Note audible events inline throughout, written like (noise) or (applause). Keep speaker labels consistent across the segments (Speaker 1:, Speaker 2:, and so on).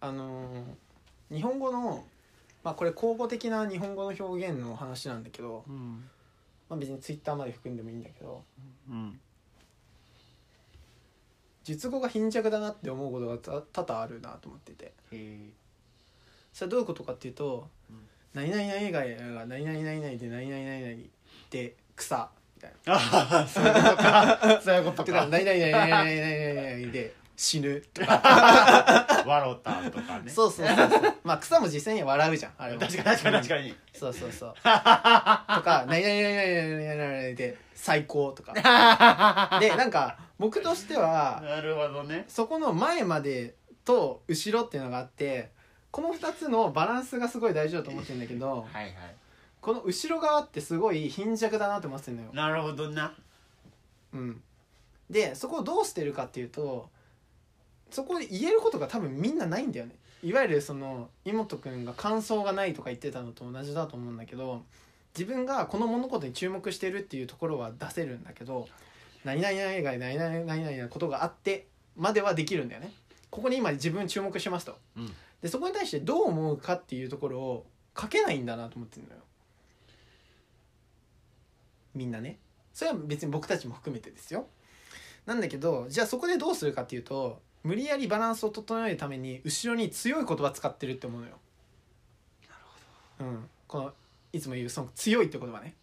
Speaker 1: あのー日本語のまあこれ口語的な日本語の表現の話なんだけど、
Speaker 2: うん
Speaker 1: まあ、別にツイッターまで含んでもいいんだけど
Speaker 2: うん
Speaker 1: 術語が貧弱だなって思うことがた多々あるなと思ってて
Speaker 2: へえ
Speaker 1: それはどういうことかっていうと
Speaker 2: う
Speaker 1: 「何々何々が何々何々で何々何々で草」みたいな。
Speaker 2: ああそういうことかそういうこと
Speaker 1: ってな
Speaker 2: か
Speaker 1: 何々何々何々何々何々で死ぬとか
Speaker 2: 笑うたとかね
Speaker 1: そうそうそうそうまあ草も実際には笑うじゃんあれも
Speaker 2: 確かに確かに確かに
Speaker 1: そうそうそうとか「何々何々何々何々で最高」とかでなんか僕としては
Speaker 2: なるほどね
Speaker 1: そこの前までと後ろっていうのがあってこの2つのバランスがすごい大事だと思ってるんだけど
Speaker 2: はいはい
Speaker 1: この後ろ側ってすごい貧弱だなと思ってるのよ、
Speaker 2: なるほどな
Speaker 1: うん、でそこをどうしてるかっていうとそこで言えることが多分みんなないんだよねいわゆるその妹くんが感想がないとか言ってたのと同じだと思うんだけど自分がこの物事に注目してるっていうところは出せるんだけど何々何々何々何々なことがあってまではできるんだよねここに今自分注目しますと、
Speaker 2: うん
Speaker 1: でそこに対してどう思うかっていうところを書けないんだなと思ってるのよみんなねそれは別に僕たちも含めてですよなんだけどじゃあそこでどうするかっていうと無理やりバランスを整えるために後ろに強い言葉使ってるって思うのよなるほど、うん、このいつも言うその強いって言葉ね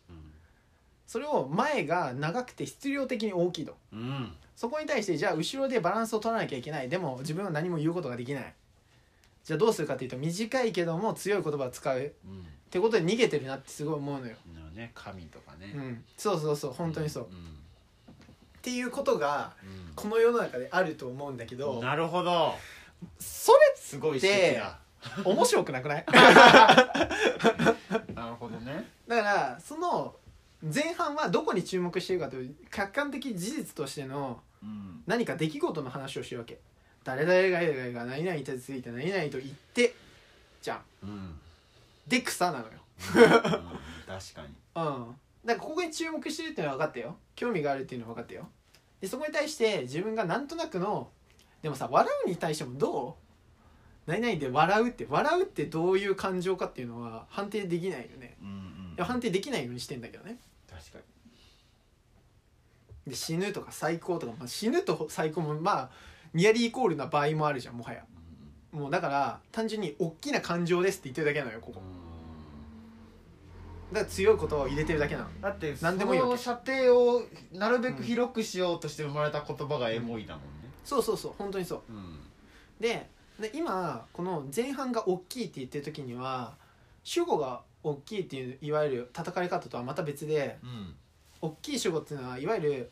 Speaker 1: それを前が長くて質量的に大きいと
Speaker 2: うん、うん、
Speaker 1: そこに対してじゃあ後ろでバランスを取らなきゃいけないでも自分は何も言うことができないじゃあどうするかっていうと短いけども強い言葉を使うっ
Speaker 2: うん
Speaker 1: てことで逃げてるなってすごい思うのよ、
Speaker 2: のね神とかね、
Speaker 1: うん、そうそうそう本当にそう、っ
Speaker 2: ん
Speaker 1: ていうことが
Speaker 2: うん
Speaker 1: この世の中であると思うんだけど
Speaker 2: なるほど
Speaker 1: それ
Speaker 2: すごい指摘だ
Speaker 1: 面白くなくない (laughs)
Speaker 2: なるほどね
Speaker 1: だからその前半はどこに注目しているかという客観的事実としての
Speaker 2: うん
Speaker 1: 何か出来事の話をしてるわけ誰々が誰々が何々について何々と言ってじゃん
Speaker 2: うん、
Speaker 1: で草なのよ
Speaker 2: 確かに
Speaker 1: うんだからここに注目してるっていうのは分かったよ興味があるっていうのは分かったよでそこに対して自分がなんとなくのでもさ笑うに対してもどう何々で笑うって笑うってどういう感情かっていうのは判定できないよね
Speaker 2: うんうん
Speaker 1: いや判定できないようにしてんだけどね
Speaker 2: 確かに
Speaker 1: で死ぬとか最高とか、まあ、死ぬと最高もまあニアリーイコールな場合もあるじゃんもはやもうだから単純に大きな感情ですって言ってるだけなのよここだから強い言葉を入れてるだけなの
Speaker 2: だって
Speaker 1: 何でもいいわけ
Speaker 2: その射程をなるべく広くしようとして生まれた言葉がエモいだもんね
Speaker 1: そうそうそう本当にそう
Speaker 2: うん
Speaker 1: でで今この前半が大きいって言ってる時には主語が大きいっていういわゆる叩かれ方とはまた別で
Speaker 2: うん
Speaker 1: 大きい主語っていうのはいわゆる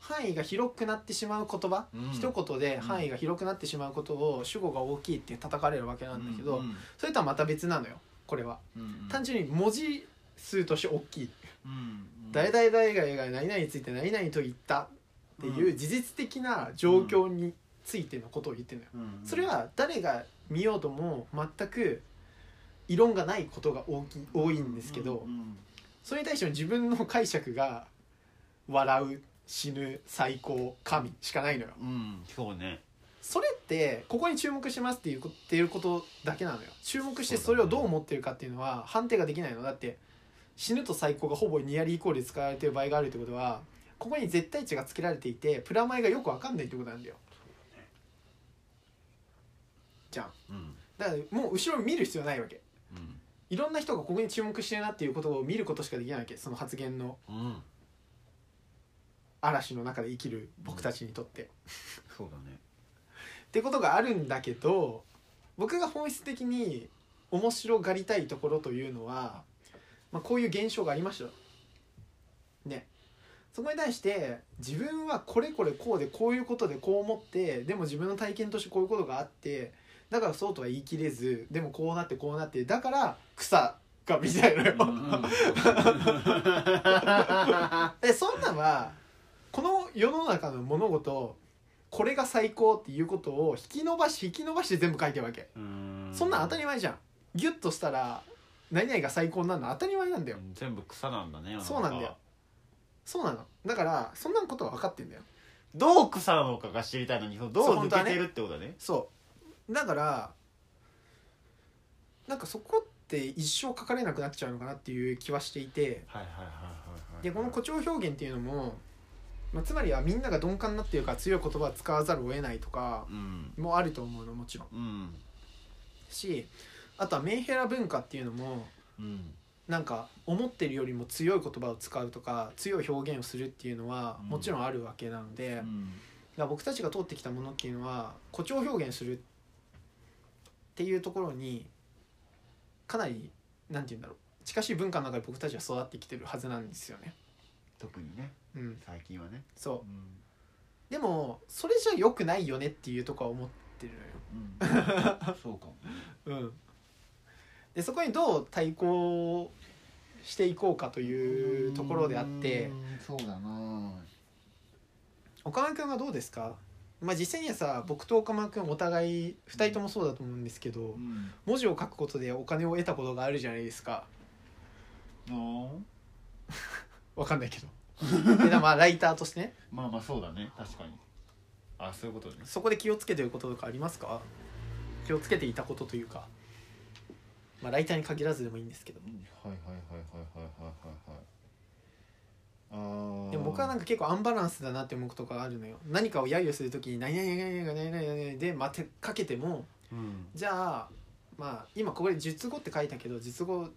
Speaker 1: 範囲が広くなってしまう言葉、
Speaker 2: うん
Speaker 1: 一言で範囲が広くなってしまうことを主語が大きいって叩かれるわけなんだけど、
Speaker 2: うん
Speaker 1: それとはまた別なのよこれは。
Speaker 2: うん
Speaker 1: 単純に文字数として大きい
Speaker 2: うん
Speaker 1: 誰々誰々が何々について何々と言ったっていう事実的な状況についてのことを言ってるのよ。
Speaker 2: うん
Speaker 1: それは誰が見ようとも全く異論がないことが大きい多いんですけど、
Speaker 2: うん
Speaker 1: それに対しての自分の解釈が「笑う」「死ぬ」「最高」「神」しかないのよ。
Speaker 2: うんうんそうね
Speaker 1: それってここに注目しますっていうこっていうことだけなのよ。注目してそれをどう思ってるかっていうのは判定ができないのだって死ぬと最高がほぼニアリーイコールで使われてる場合があるってことはここに絶対値がつけられていてプラマイがよくわかんないってことなんだよ。じゃん。
Speaker 2: うん
Speaker 1: だからもう後ろ見る必要ないわけ
Speaker 2: うん
Speaker 1: いろんな人がここに注目してるなっていうことを見ることしかできないわけその発言の
Speaker 2: うん
Speaker 1: 嵐の中で生きる僕たちにとって、っ
Speaker 2: そうだね
Speaker 1: てことがあるんだけど僕が本質的に面白がりたいところというのは、まあ、こういう現象がありましたねそこに対して自分はこれこれこうでこういうことでこう思ってでも自分の体験としてこういうことがあってだからそうとは言い切れずでもこうなってこうなってだから草がみたいなよ、
Speaker 2: うんうん
Speaker 1: でそんなんはこの世の中の物事をこれが最高っていうことを引き伸ばし引き伸ばして全部書いてるわけ
Speaker 2: うん
Speaker 1: そんなん当たり前じゃんギュッとしたら何々が最高になるの当たり前なんだよ
Speaker 2: うん全部草なんだね
Speaker 1: そうなんだよそうなのだからそんなことは分かってんだよ
Speaker 2: どう草なのかが知りたいのにどう
Speaker 1: そう本当は
Speaker 2: 抜け
Speaker 1: ね
Speaker 2: てるってことだね
Speaker 1: そうだからなんかそこって一生書かれなくなっちゃうのかなっていう気はしていて
Speaker 2: はいはいはいはいはい
Speaker 1: でこの誇張表現っていうのも、まあ、つまりはみんなが鈍感になっているから強い言葉を使わざるを得ないとか
Speaker 2: うん
Speaker 1: もあると思うのもちろん
Speaker 2: うん
Speaker 1: しあとはメンヘラ文化っていうのも
Speaker 2: うん
Speaker 1: なんか思ってるよりも強い言葉を使うとか強い表現をするっていうのは
Speaker 2: うん
Speaker 1: もちろんあるわけなので、
Speaker 2: う
Speaker 1: だか
Speaker 2: ん
Speaker 1: ら僕たちが通ってきたものっていうのは誇張表現するっていうところにかなりなんて言うんだろう近しい文化の中で僕たちは育ってきてるはずなんですよね。
Speaker 2: 特にね
Speaker 1: うん、
Speaker 2: 最近はね
Speaker 1: そう
Speaker 2: うん
Speaker 1: でもそれじゃ良くないよねっていうとこは思ってる
Speaker 2: うんそうかも
Speaker 1: のよ。うん、でそこにどう対抗していこうかというところであって
Speaker 2: うんそうだな
Speaker 1: 岡間君はどうですか、まあ、実際にはさ僕と岡間君お互い2人ともそうだと思うんですけど、
Speaker 2: うん
Speaker 1: 文字を書くことでお金を得たことがあるじゃないですか
Speaker 2: あ
Speaker 1: わかんないけどでだまあライターとしてね
Speaker 2: まあまあそうだね確かにあそういうことね
Speaker 1: そこで気をつけてることとかありますか気をつけていたことというか、まあ、ライターに限らずでもいいんですけど
Speaker 2: はいはいはいはいはいはいはいはいあ
Speaker 1: でも僕はなん
Speaker 2: か
Speaker 1: か結構アンバランスだなって思うことがあるのよ何かを揶揄するときに「何々何々何々何々」で待てかけても
Speaker 2: うん
Speaker 1: じゃあまあ今ここで術語って書いたけど術語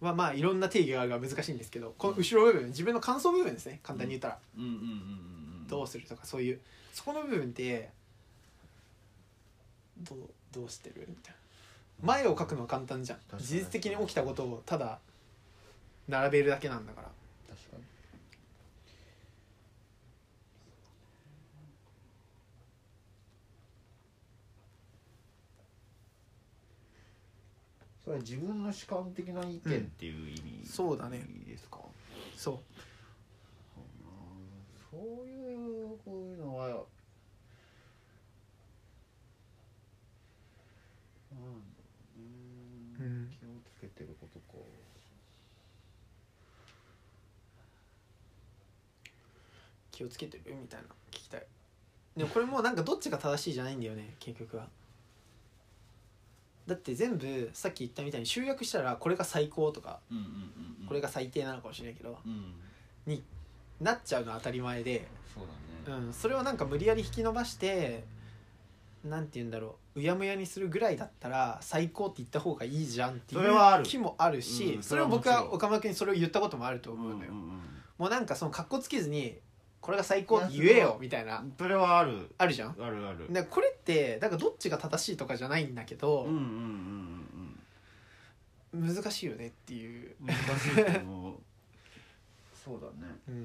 Speaker 1: はまあいろんな定義があるから難しいんですけどこの後ろ部分自分の感想部分ですね簡単に言ったら、
Speaker 2: うんうんうんうん
Speaker 1: どうするとかそういうそこの部分ってどうどうしてるみたいな前を書くのは簡単じゃん
Speaker 2: 確かに
Speaker 1: 事実的に起きたことをただ並べるだけなんだから
Speaker 2: 確かにそれは自分の主観的な意見っていう意味、
Speaker 1: そうだね
Speaker 2: いいですか
Speaker 1: そう
Speaker 2: そういうこういうのは、うん
Speaker 1: うん
Speaker 2: 気をつけてることか
Speaker 1: 気をつけてるみたいな聞きたいでもこれもなんかどっちが正しいじゃないんだよね結局はだって全部さっき言ったみたいに集約したらこれが最高とか
Speaker 2: うんうんうんうん
Speaker 1: これが最低なのかもしれないけど
Speaker 2: うん
Speaker 1: なっちゃうのは当たり前で、
Speaker 2: そう
Speaker 1: う
Speaker 2: だね
Speaker 1: ん、それをなんか無理やり引き伸ばしてなんて言うんだろううやむやにするぐらいだったら最高って言った方がいいじゃんってい
Speaker 2: それはあ
Speaker 1: う
Speaker 2: る
Speaker 1: 気もあるし、
Speaker 2: うん
Speaker 1: そ
Speaker 2: そ
Speaker 1: れ
Speaker 2: れ
Speaker 1: を
Speaker 2: はもち
Speaker 1: 僕
Speaker 2: ろん
Speaker 1: は岡村君にそれを言ったこともあると思うのよ、
Speaker 2: ん
Speaker 1: もうなんかその格好つけずにこれが最高って言えよみたいな
Speaker 2: それはある
Speaker 1: あるじゃん
Speaker 2: あるある
Speaker 1: でこれってだからどっちが正しいとかじゃないんだけど
Speaker 2: うんうんう、ん
Speaker 1: 難しいよねっていう、
Speaker 2: うん難しいと思うそうだね
Speaker 1: うん、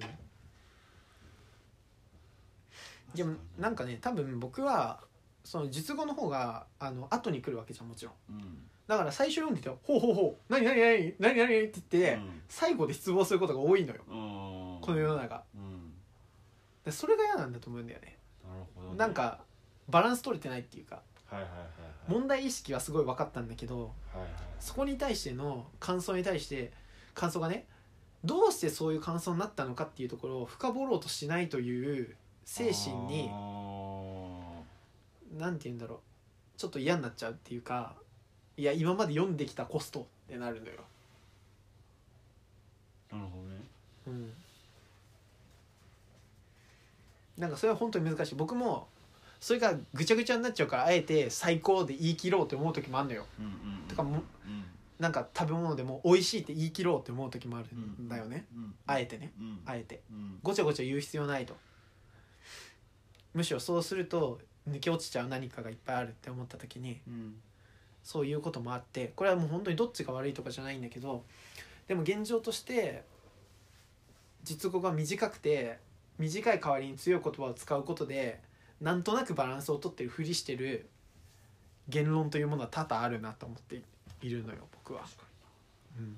Speaker 1: でもなんかね多分僕はその術語の方があの後に来るわけじゃんもちろん
Speaker 2: うん
Speaker 1: だから最初読んでて「ほうほうほう何何何何何何?」って言って、最後で失望することが多いのよ
Speaker 2: うん
Speaker 1: この世の中
Speaker 2: うん
Speaker 1: でそれが嫌なんだと思うんだよね
Speaker 2: なるほどね
Speaker 1: なんかバランス取れてないっていうか
Speaker 2: はいはいはいはい
Speaker 1: 問題意識はすごい分かったんだけど
Speaker 2: はいはい
Speaker 1: そこに対しての感想に対して感想がねどうしてそういう感想になったのかっていうところを深掘ろうとしないという精神に
Speaker 2: あー
Speaker 1: 何て言うんだろうちょっと嫌になっちゃうっていうかいや今まで読んできたコストってなるのよ。
Speaker 2: なるほどね
Speaker 1: うん、なんかそれは本当に難しい僕もそれがぐちゃぐちゃになっちゃうからあえて最高で言い切ろうって思う時もあるのよ。
Speaker 2: うんうんうん
Speaker 1: とかも
Speaker 2: うん
Speaker 1: なんか食べ物でも美味しいって言い切ろうって思う時もある
Speaker 2: うん
Speaker 1: んだよね、
Speaker 2: うん
Speaker 1: あえてね
Speaker 2: うん
Speaker 1: あえて。
Speaker 2: うん
Speaker 1: ごちゃごちゃ言う必要ないとむしろそうすると抜け落ちちゃう何かがいっぱいあるって思った時に
Speaker 2: うん
Speaker 1: そういうこともあってこれはもう本当にどっちが悪いとかじゃないんだけどでも現状として術語が短くて短い代わりに強い言葉を使うことでなんとなくバランスをとってるふりしてる言論というものは多々あるなと思っているのよ僕は。うん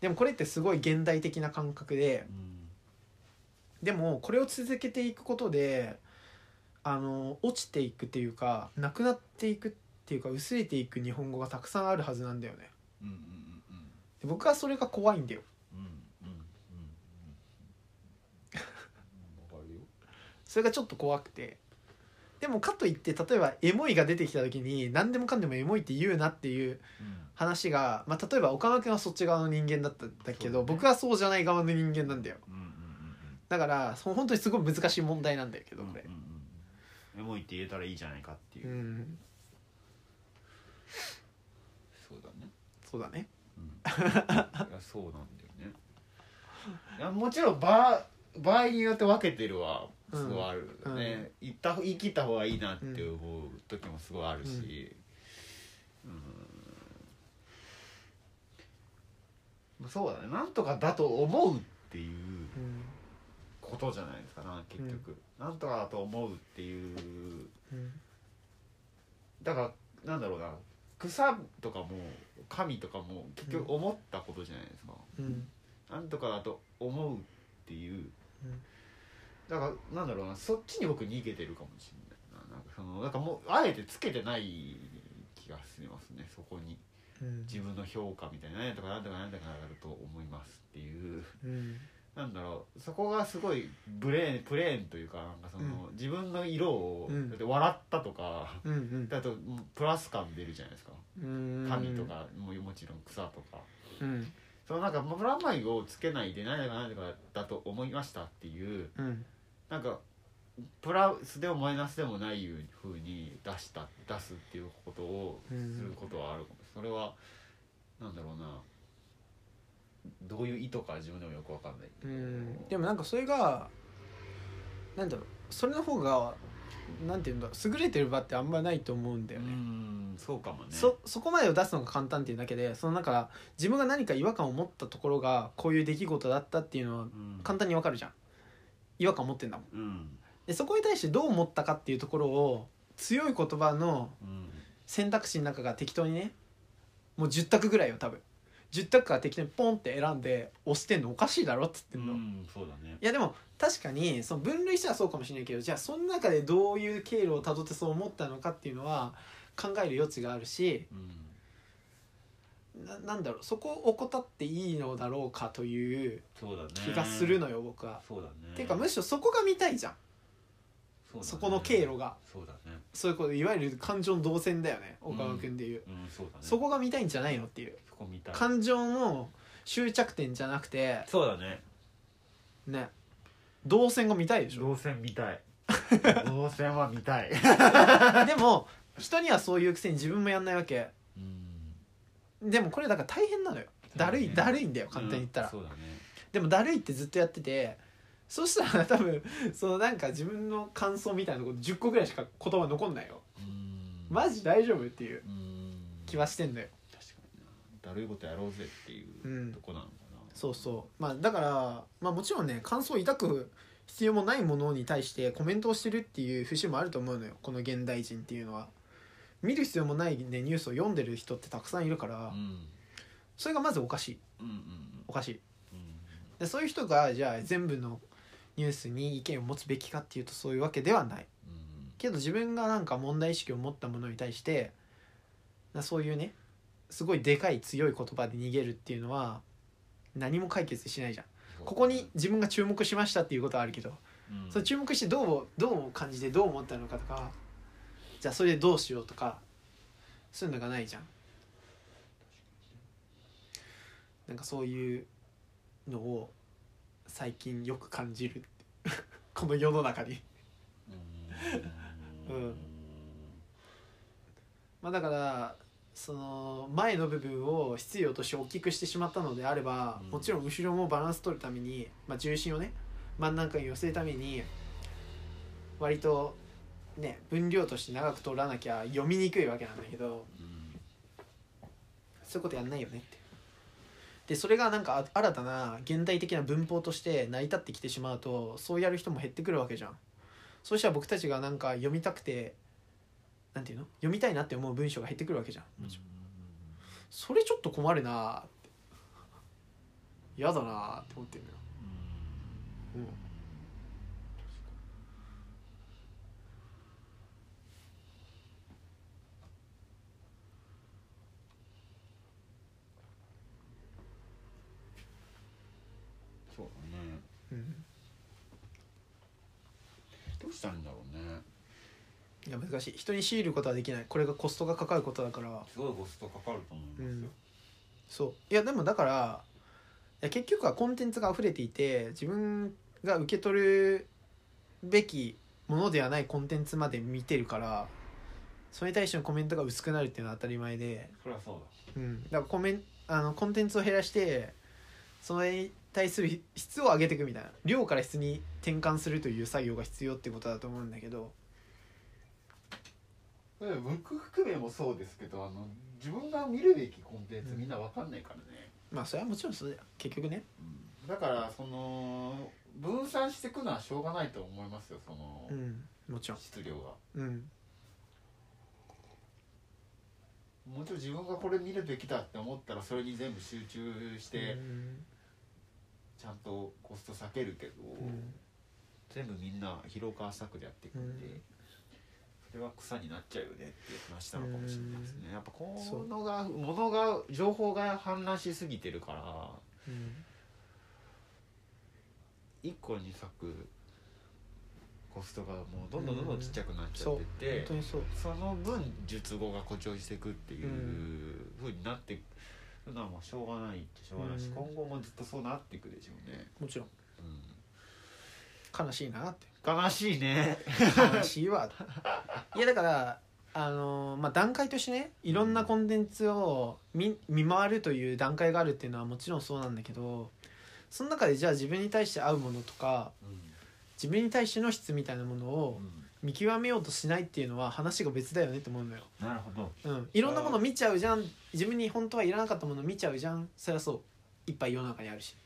Speaker 1: でもこれってすごい現代的な感覚で、
Speaker 2: うん
Speaker 1: でもこれを続けていくことであの落ちていくっていうかなくなっていくっていうか薄れていく日本語がたくさんあるはずなんだよね
Speaker 2: うんうんうん
Speaker 1: で僕はそれが怖いんだよ
Speaker 2: うんうんうんうんうんわかるよ
Speaker 1: それがちょっと怖くてでもかといって例えばエモいが出てきた時に何でもかんでもエモいって言うなっていう話が、まあ、例えば岡野君はそっち側の人間だったんだけど
Speaker 2: そうだね
Speaker 1: 僕はそうじゃない側の人間なんだよ
Speaker 2: うんうんうん
Speaker 1: だからその本当にすごい難しい問題なんだけど
Speaker 2: うんうん
Speaker 1: これ
Speaker 2: うんうんエモいって言えたらいいじゃないかっていうう、
Speaker 1: ん
Speaker 2: そうだね
Speaker 1: そうだね
Speaker 2: うん、 (laughs) いやそうなんだよねいやもちろん場場合によって分けてるはすごいあるよね、言った言い切った方がいいなって思う時もすごいあるし、うんそうだねなんとかだと思うっていう
Speaker 1: うん
Speaker 2: ことじゃないですかな結局、なんとかだと思うっていう
Speaker 1: うん
Speaker 2: だからなんだろうな草とかも神とかも結局思ったことじゃないですか、
Speaker 1: うん
Speaker 2: なんとかだと思うっていう、
Speaker 1: うん
Speaker 2: だからなんだろうなそっちに僕逃げてるかもしれないななんかそのなんかもうあえてつけてない気がしますねそこに
Speaker 1: うん
Speaker 2: 自分の評価みたいななんとかなんとかなんとかなると思いますっていう
Speaker 1: うん
Speaker 2: なんだろうそこがすごいブレーンプレーンというかなんかその、自分の色を、
Speaker 1: うん
Speaker 2: だって笑ったとか
Speaker 1: うんうん
Speaker 2: だとプラス感出るじゃないですか
Speaker 1: うん
Speaker 2: 神とかももちろん草とか。
Speaker 1: うん
Speaker 2: そのなんかプラマイをつけないで何とか何とかだと思いましたっていう
Speaker 1: うん
Speaker 2: なんかプラスでもマイナスでもないいうふうに出した出すっていうことをすることはあるかもそれはなんだろうなどういう意図か自分でもよくわかんないけ
Speaker 1: う
Speaker 2: ど
Speaker 1: んでもなんかそれがなんだろうそれの方がなんていうんだろう優れてる場ってあんまりないと思うんだよ
Speaker 2: う
Speaker 1: ね、
Speaker 2: んそうかもね
Speaker 1: そそこまでを出すのが簡単っていうだけでそのなんか自分が何か違和感を持ったところがこういう出来事だったっていうのは
Speaker 2: うん
Speaker 1: 簡単にわかるじゃん違和感を持ってんだもん
Speaker 2: うん
Speaker 1: でそこに対してどう思ったかっていうところを強い言葉の
Speaker 2: うん
Speaker 1: 選択肢の中が適当にねもう10択ぐらいよ多分10択から適当にポンって選んで押してんのおかしいだろっつって
Speaker 2: うん
Speaker 1: の、い
Speaker 2: んそうだね
Speaker 1: やでも確かにその分類したらそうかもしれないけどじゃあその中でどういう経路をたどってそう思ったのかっていうのは考える余地があるし
Speaker 2: うん
Speaker 1: ななんだろうそこを怠っていいのだろうかという
Speaker 2: そうだね
Speaker 1: 気がするのよ僕は。
Speaker 2: そうだね
Speaker 1: っていうかむしろそこが見たいじゃん
Speaker 2: そうだね
Speaker 1: そこの経路が
Speaker 2: そうだね
Speaker 1: そういうこといわゆる感情の動線だよね岡川君でいう、
Speaker 2: うんそうだね
Speaker 1: そこが見たいんじゃないのっていう
Speaker 2: そこ見たい
Speaker 1: 感情の終着点じゃなくて
Speaker 2: そうだね
Speaker 1: ね動線が見たいでしょ
Speaker 2: 動線見
Speaker 1: (laughs)
Speaker 2: たい動線は見たい
Speaker 1: でも人にはそういうくせに自分もやんないわけ
Speaker 2: うん
Speaker 1: でもこれだから大変なのよだるいだるいんだよ簡単に言ったら、
Speaker 2: そうだね
Speaker 1: でもだるいってずっとやっててそしたら多分そのなんか自分の感想みたいなこと10個ぐらいしか言葉残んないよ
Speaker 2: うん
Speaker 1: マジ大丈夫っていう
Speaker 2: うん
Speaker 1: 気はしてんだよ
Speaker 2: 確かになだるいことやろうぜっていううんとこなのかな
Speaker 1: そうそうまあだから、まあ、もちろんね感想を抱く必要もないものに対してコメントをしてるっていう節もあると思うのよこの現代人っていうのは見る必要もない、ね、ニュースを読んでる人ってたくさんいるから、
Speaker 2: うん
Speaker 1: それがまずおかしい
Speaker 2: うんうん
Speaker 1: おかしい
Speaker 2: うん
Speaker 1: でそういう人がじゃあ全部のニュースに意見を持つべきかっていうとそういうわけではない
Speaker 2: うん
Speaker 1: けど自分がなんか問題意識を持ったものに対してなそういうねすごいでかい強い言葉で逃げるっていうのは何も解決しないじゃんここに自分が注目しましたっていうことはあるけど、
Speaker 2: うん
Speaker 1: それ注目してどうどう感じてどう思ったのかとかじゃあそれでどうしようとかそういうのがないじゃんなんかそういうのを最近よく感じる (laughs) この世の中に
Speaker 2: うん
Speaker 1: うまあだからその前の部分を必要として大きくしてしまったのであれば、
Speaker 2: うん
Speaker 1: もちろん後ろもバランス取るために、まあ、重心をね真ん中に寄せるために割とね分量として長く取らなきゃ読みにくいわけなんだけど
Speaker 2: うん
Speaker 1: そういうことやんないよねって。でそれがなんかあ新たな現代的な文法として成り立ってきてしまうとそうやる人も減ってくるわけじゃん。そうしたら僕たちがなんか読みたくてなんていうの読みたいなって思う文章が減ってくるわけじゃん。
Speaker 2: うん
Speaker 1: それちょっと困るなーって嫌だなーって思ってるのよ、うん、
Speaker 2: そうだね
Speaker 1: うん
Speaker 2: どうしたらいいんだろうね
Speaker 1: いや難しい人に強いることはできないこれがコストがかかることだから
Speaker 2: すごいコストかかると思いますよ、
Speaker 1: そういやでもだからいや結局はコンテンツが溢れていて自分が受け取るべきものではないコンテンツまで見てるからそれに対してのコメントが薄くなるっていうのは当たり前で、
Speaker 2: それはそうだ
Speaker 1: うん、だからコメンあのコンテンツを減らしてそれに対する質を上げていくみたいな量から質に転換するという作業が必要ってことだと思うんだけど
Speaker 2: だから僕含めもそうですけどあの自分が見るべきコンテンツみんなわかんないからね、
Speaker 1: まあそれはもちろんそうだよ結局ね
Speaker 2: うんだからその分散していくのはしょうがないと思いますよその
Speaker 1: うんもちろん
Speaker 2: 質量が
Speaker 1: うん
Speaker 2: もちろん自分がこれ見るべきだって思ったらそれに全部集中して
Speaker 1: うん
Speaker 2: ちゃんとコスト避けるけど、
Speaker 1: うん
Speaker 2: 全部みんな広川浅くでやっていくんで、
Speaker 1: うん
Speaker 2: それは草になっちゃうよねっていう話なのかもしれないですね、やっぱ
Speaker 1: そう
Speaker 2: このが物が情報が氾濫しすぎてるから
Speaker 1: うん
Speaker 2: 一個に割くコストがもうどんどんどんどんちっちゃくなっちゃってて、
Speaker 1: 本当にそう
Speaker 2: その分術語が誇張していくっていうふうになっていくのはもうしょうがないってしょうがないし、
Speaker 1: うん
Speaker 2: 今後もずっとそうなっていくでしょうね、
Speaker 1: もちろん悲しいなって
Speaker 2: 悲しいね
Speaker 1: 悲しい
Speaker 2: (laughs)
Speaker 1: わいやだからあのーまあ段階としてねいろんなコンテンツを見見回るという段階があるっていうのはもちろんそうなんだけどその中でじゃあ自分に対して合うものとか自分に対しての質みたいなものを見極めようとしないっていうのは話が別だよねって思うのよ、
Speaker 2: なるほど
Speaker 1: うん、いろんなもの見ちゃうじゃん自分に本当はいらなかったもの見ちゃうじゃんそりゃそういっぱい世の中にあるし、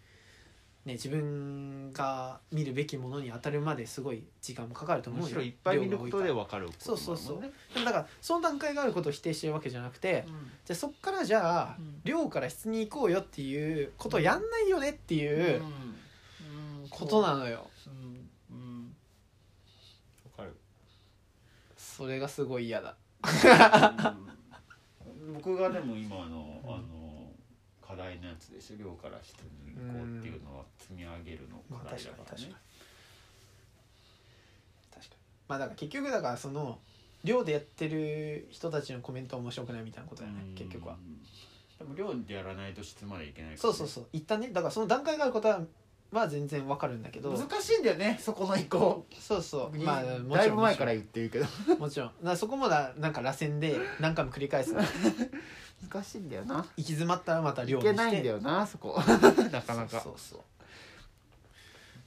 Speaker 1: ね、自分が見るべきものに当たるまですごい時間もかかると思う
Speaker 2: む
Speaker 1: よ
Speaker 2: しろいっぱい見ることで
Speaker 1: 量が多いか
Speaker 2: 分かることもある
Speaker 1: そ
Speaker 2: もんね
Speaker 1: うそうそうらでもだからその段階があることを否定してるわけじゃなくてじゃあそっからじゃあ
Speaker 2: うん
Speaker 1: 量から質に行こうよっていうことをやんないよねっていうことなのよ
Speaker 2: うんうん分かる
Speaker 1: それがすごい嫌だ
Speaker 2: うん
Speaker 1: (laughs)
Speaker 2: 僕がでも今のあの課題のやつでしょ量から質に行こうっていうのは積み上げるの
Speaker 1: まあ
Speaker 2: 課題
Speaker 1: 確か
Speaker 2: だ
Speaker 1: に
Speaker 2: から
Speaker 1: 確か
Speaker 2: ね
Speaker 1: に確かにまあだから結局だからその寮でやってる人たちのコメントは面白くないみたいなことだよね
Speaker 2: うん
Speaker 1: 結局は
Speaker 2: でも量でやらないと質までいけないからね
Speaker 1: そうそうそう一旦ねだからその段階があることはまあ全然わかるんだけど
Speaker 2: 難しいんだよねそこの移行
Speaker 1: そうそうまあもちろん
Speaker 2: だいぶ前から言ってるけど
Speaker 1: もちろんだからそこもだなんか螺旋で何回も繰り返すの行
Speaker 2: 難しいんだよな
Speaker 1: き詰まったらまた
Speaker 2: い
Speaker 1: 寮に
Speaker 2: け
Speaker 1: して
Speaker 2: ないんだよなそ (laughs) こなかなか
Speaker 1: そうそうそうっ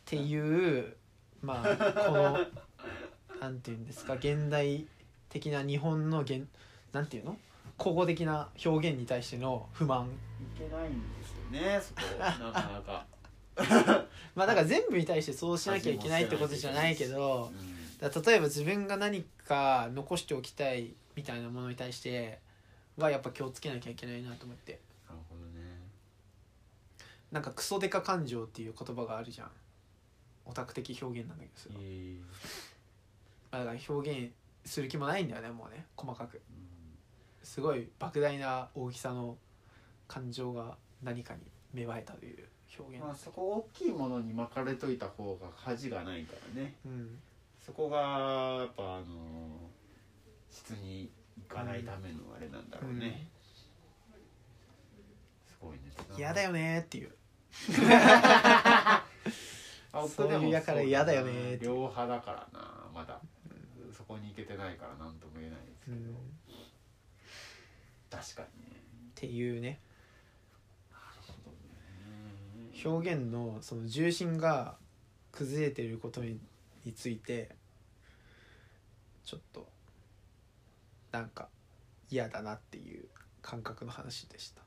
Speaker 1: ていうまあこのなんていうんですか現代的な日本の現なんていうの口語的な表現に対しての不満
Speaker 2: いけないんですよねそこなかな (laughs) か、
Speaker 1: まあだから全部に対してそうしなきゃいけないってことじゃないけど
Speaker 2: う
Speaker 1: だから例えば自分が何か残しておきたいみたいなものに対してはやっぱ気をつけなきゃいけないなと思って
Speaker 2: んなるほどね
Speaker 1: なんかクソデカ感情っていう言葉があるじゃんオタク的表現なんだけどそれは
Speaker 2: えー
Speaker 1: まあだから表現する気もないんだよねもうね細かく
Speaker 2: うん
Speaker 1: すごい莫大な大きさの感情が何かに芽生えたという表現
Speaker 2: まあ、そこ大きいものに巻かれといた方が恥がないからね
Speaker 1: うん
Speaker 2: そこがやっぱあのー質に行かないためのあれなんだろうね、すごいね
Speaker 1: 嫌だよねっていう
Speaker 2: あ
Speaker 1: そういうやから嫌だよねって
Speaker 2: 両派だからなまだ、そこに行けてないから何とも言えないですけ
Speaker 1: う
Speaker 2: ど、
Speaker 1: ん
Speaker 2: 確かにね
Speaker 1: っていうね
Speaker 2: そうね
Speaker 1: 表現のその重心が崩れてることにについてちょっとなんか嫌だなっていう感覚の話でした。